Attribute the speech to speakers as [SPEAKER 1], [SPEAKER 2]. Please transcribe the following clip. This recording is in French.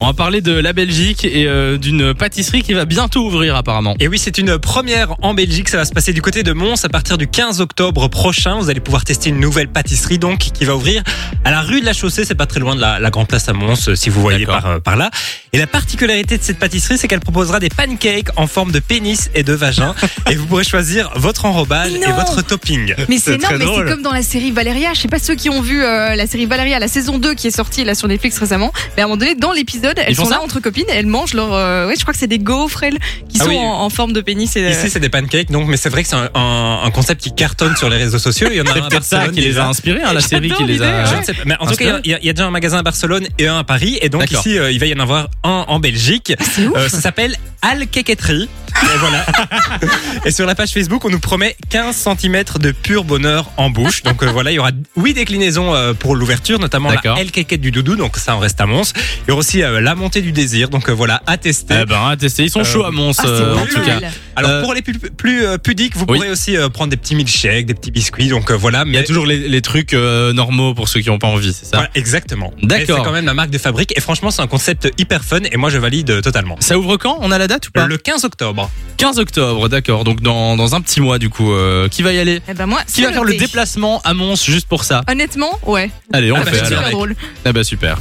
[SPEAKER 1] On va parler de la Belgique et euh, d'une pâtisserie qui va bientôt ouvrir apparemment.
[SPEAKER 2] Et oui, c'est une première en Belgique. Ça va se passer du côté de Mons à partir du 15 octobre prochain. Vous allez pouvoir tester une nouvelle pâtisserie donc qui va ouvrir à la rue de la Chaussée. C'est pas très loin de la, la Grande Place à Mons, euh, si vous voyez
[SPEAKER 1] D'accord.
[SPEAKER 2] par, euh, par là. Et la particularité de cette pâtisserie, c'est qu'elle proposera des pancakes en forme de pénis et de vagin. et vous pourrez choisir votre enrobage et
[SPEAKER 3] Non.
[SPEAKER 2] votre topping.
[SPEAKER 3] Mais c'est
[SPEAKER 1] C'est très
[SPEAKER 3] énorme, mais c'est
[SPEAKER 1] drôle.
[SPEAKER 3] comme dans la série Valeria. Je sais pas ceux qui ont vu euh, la série Valeria, la saison 2 qui est sortie là sur Netflix récemment. Mais à un moment donné, dans l'épisode, elles
[SPEAKER 1] font
[SPEAKER 3] sont là
[SPEAKER 1] ça
[SPEAKER 3] entre copines, elles mangent leur. euh, ouais, je crois que c'est des gaufres elles, qui
[SPEAKER 2] Ah
[SPEAKER 3] sont
[SPEAKER 2] oui.
[SPEAKER 3] en, en forme de pénis. Et, euh, de-
[SPEAKER 2] Ici, c'est des pancakes, donc, mais c'est vrai que c'est un, un- un concept qui cartonne sur les réseaux sociaux. Il y en a un à
[SPEAKER 1] Peut-être ça
[SPEAKER 2] Barcelone
[SPEAKER 1] qui les a
[SPEAKER 2] déjà.
[SPEAKER 1] inspirés, hein, la série qui les a.
[SPEAKER 3] l'idée,
[SPEAKER 2] Je
[SPEAKER 3] ouais.
[SPEAKER 2] ne sais pas. Mais en tout cas,
[SPEAKER 1] Inspiré.
[SPEAKER 2] il y, a- il y a déjà un magasin à Barcelone et un à Paris. Et donc
[SPEAKER 1] D'accord. Ah,
[SPEAKER 2] ici, euh, il va y en avoir un en Belgique.
[SPEAKER 3] c'est ouf.
[SPEAKER 2] Euh, ça s'appelle Al Quéqueterie. Et voilà. et sur la page Facebook, on nous promet 15 cm de pur bonheur en bouche. Donc euh, voilà, il y aura 8 déclinaisons euh, pour l'ouverture, notamment la
[SPEAKER 1] D'accord.
[SPEAKER 2] El Quéquette du doudou. Donc ça, on reste à Mons. Il y aura aussi euh, la montée du désir. Donc euh, voilà, à tester.
[SPEAKER 1] Eh ben, à tester. Ils sont
[SPEAKER 2] Euh,
[SPEAKER 1] chauds à Mons
[SPEAKER 3] Ah, c'est
[SPEAKER 1] euh, en
[SPEAKER 3] pas
[SPEAKER 1] tout cas.
[SPEAKER 3] mal.
[SPEAKER 2] Alors
[SPEAKER 1] euh,
[SPEAKER 2] pour les plus, plus, euh, pudiques, vous
[SPEAKER 1] Oui.
[SPEAKER 2] pourrez aussi euh, prendre des petits milkshakes, des petits biscuits. Donc euh, voilà.
[SPEAKER 1] Il y a
[SPEAKER 2] Mais
[SPEAKER 1] toujours les, les trucs euh, normaux pour ceux qui n'ont pas envie, c'est ça
[SPEAKER 2] Voilà, exactement.
[SPEAKER 1] D'accord.
[SPEAKER 2] Et C'est quand même la marque de fabrique et franchement c'est un concept hyper fun et moi je valide euh, totalement.
[SPEAKER 1] Ça ouvre quand On a la date ou pas
[SPEAKER 2] Le 15 octobre.
[SPEAKER 1] 15 octobre, d'accord. Donc dans, dans un petit mois du coup, euh, qui va y aller
[SPEAKER 3] Eh ben moi,
[SPEAKER 1] Qui
[SPEAKER 3] c'est
[SPEAKER 1] va faire le
[SPEAKER 3] noté.
[SPEAKER 1] déplacement à Mons juste pour ça
[SPEAKER 3] Honnêtement, ouais.
[SPEAKER 1] Allez, on
[SPEAKER 2] Ah
[SPEAKER 1] le
[SPEAKER 2] bah,
[SPEAKER 1] fait
[SPEAKER 2] c'est
[SPEAKER 1] alors.
[SPEAKER 3] Super drôle.
[SPEAKER 1] Ah bah super.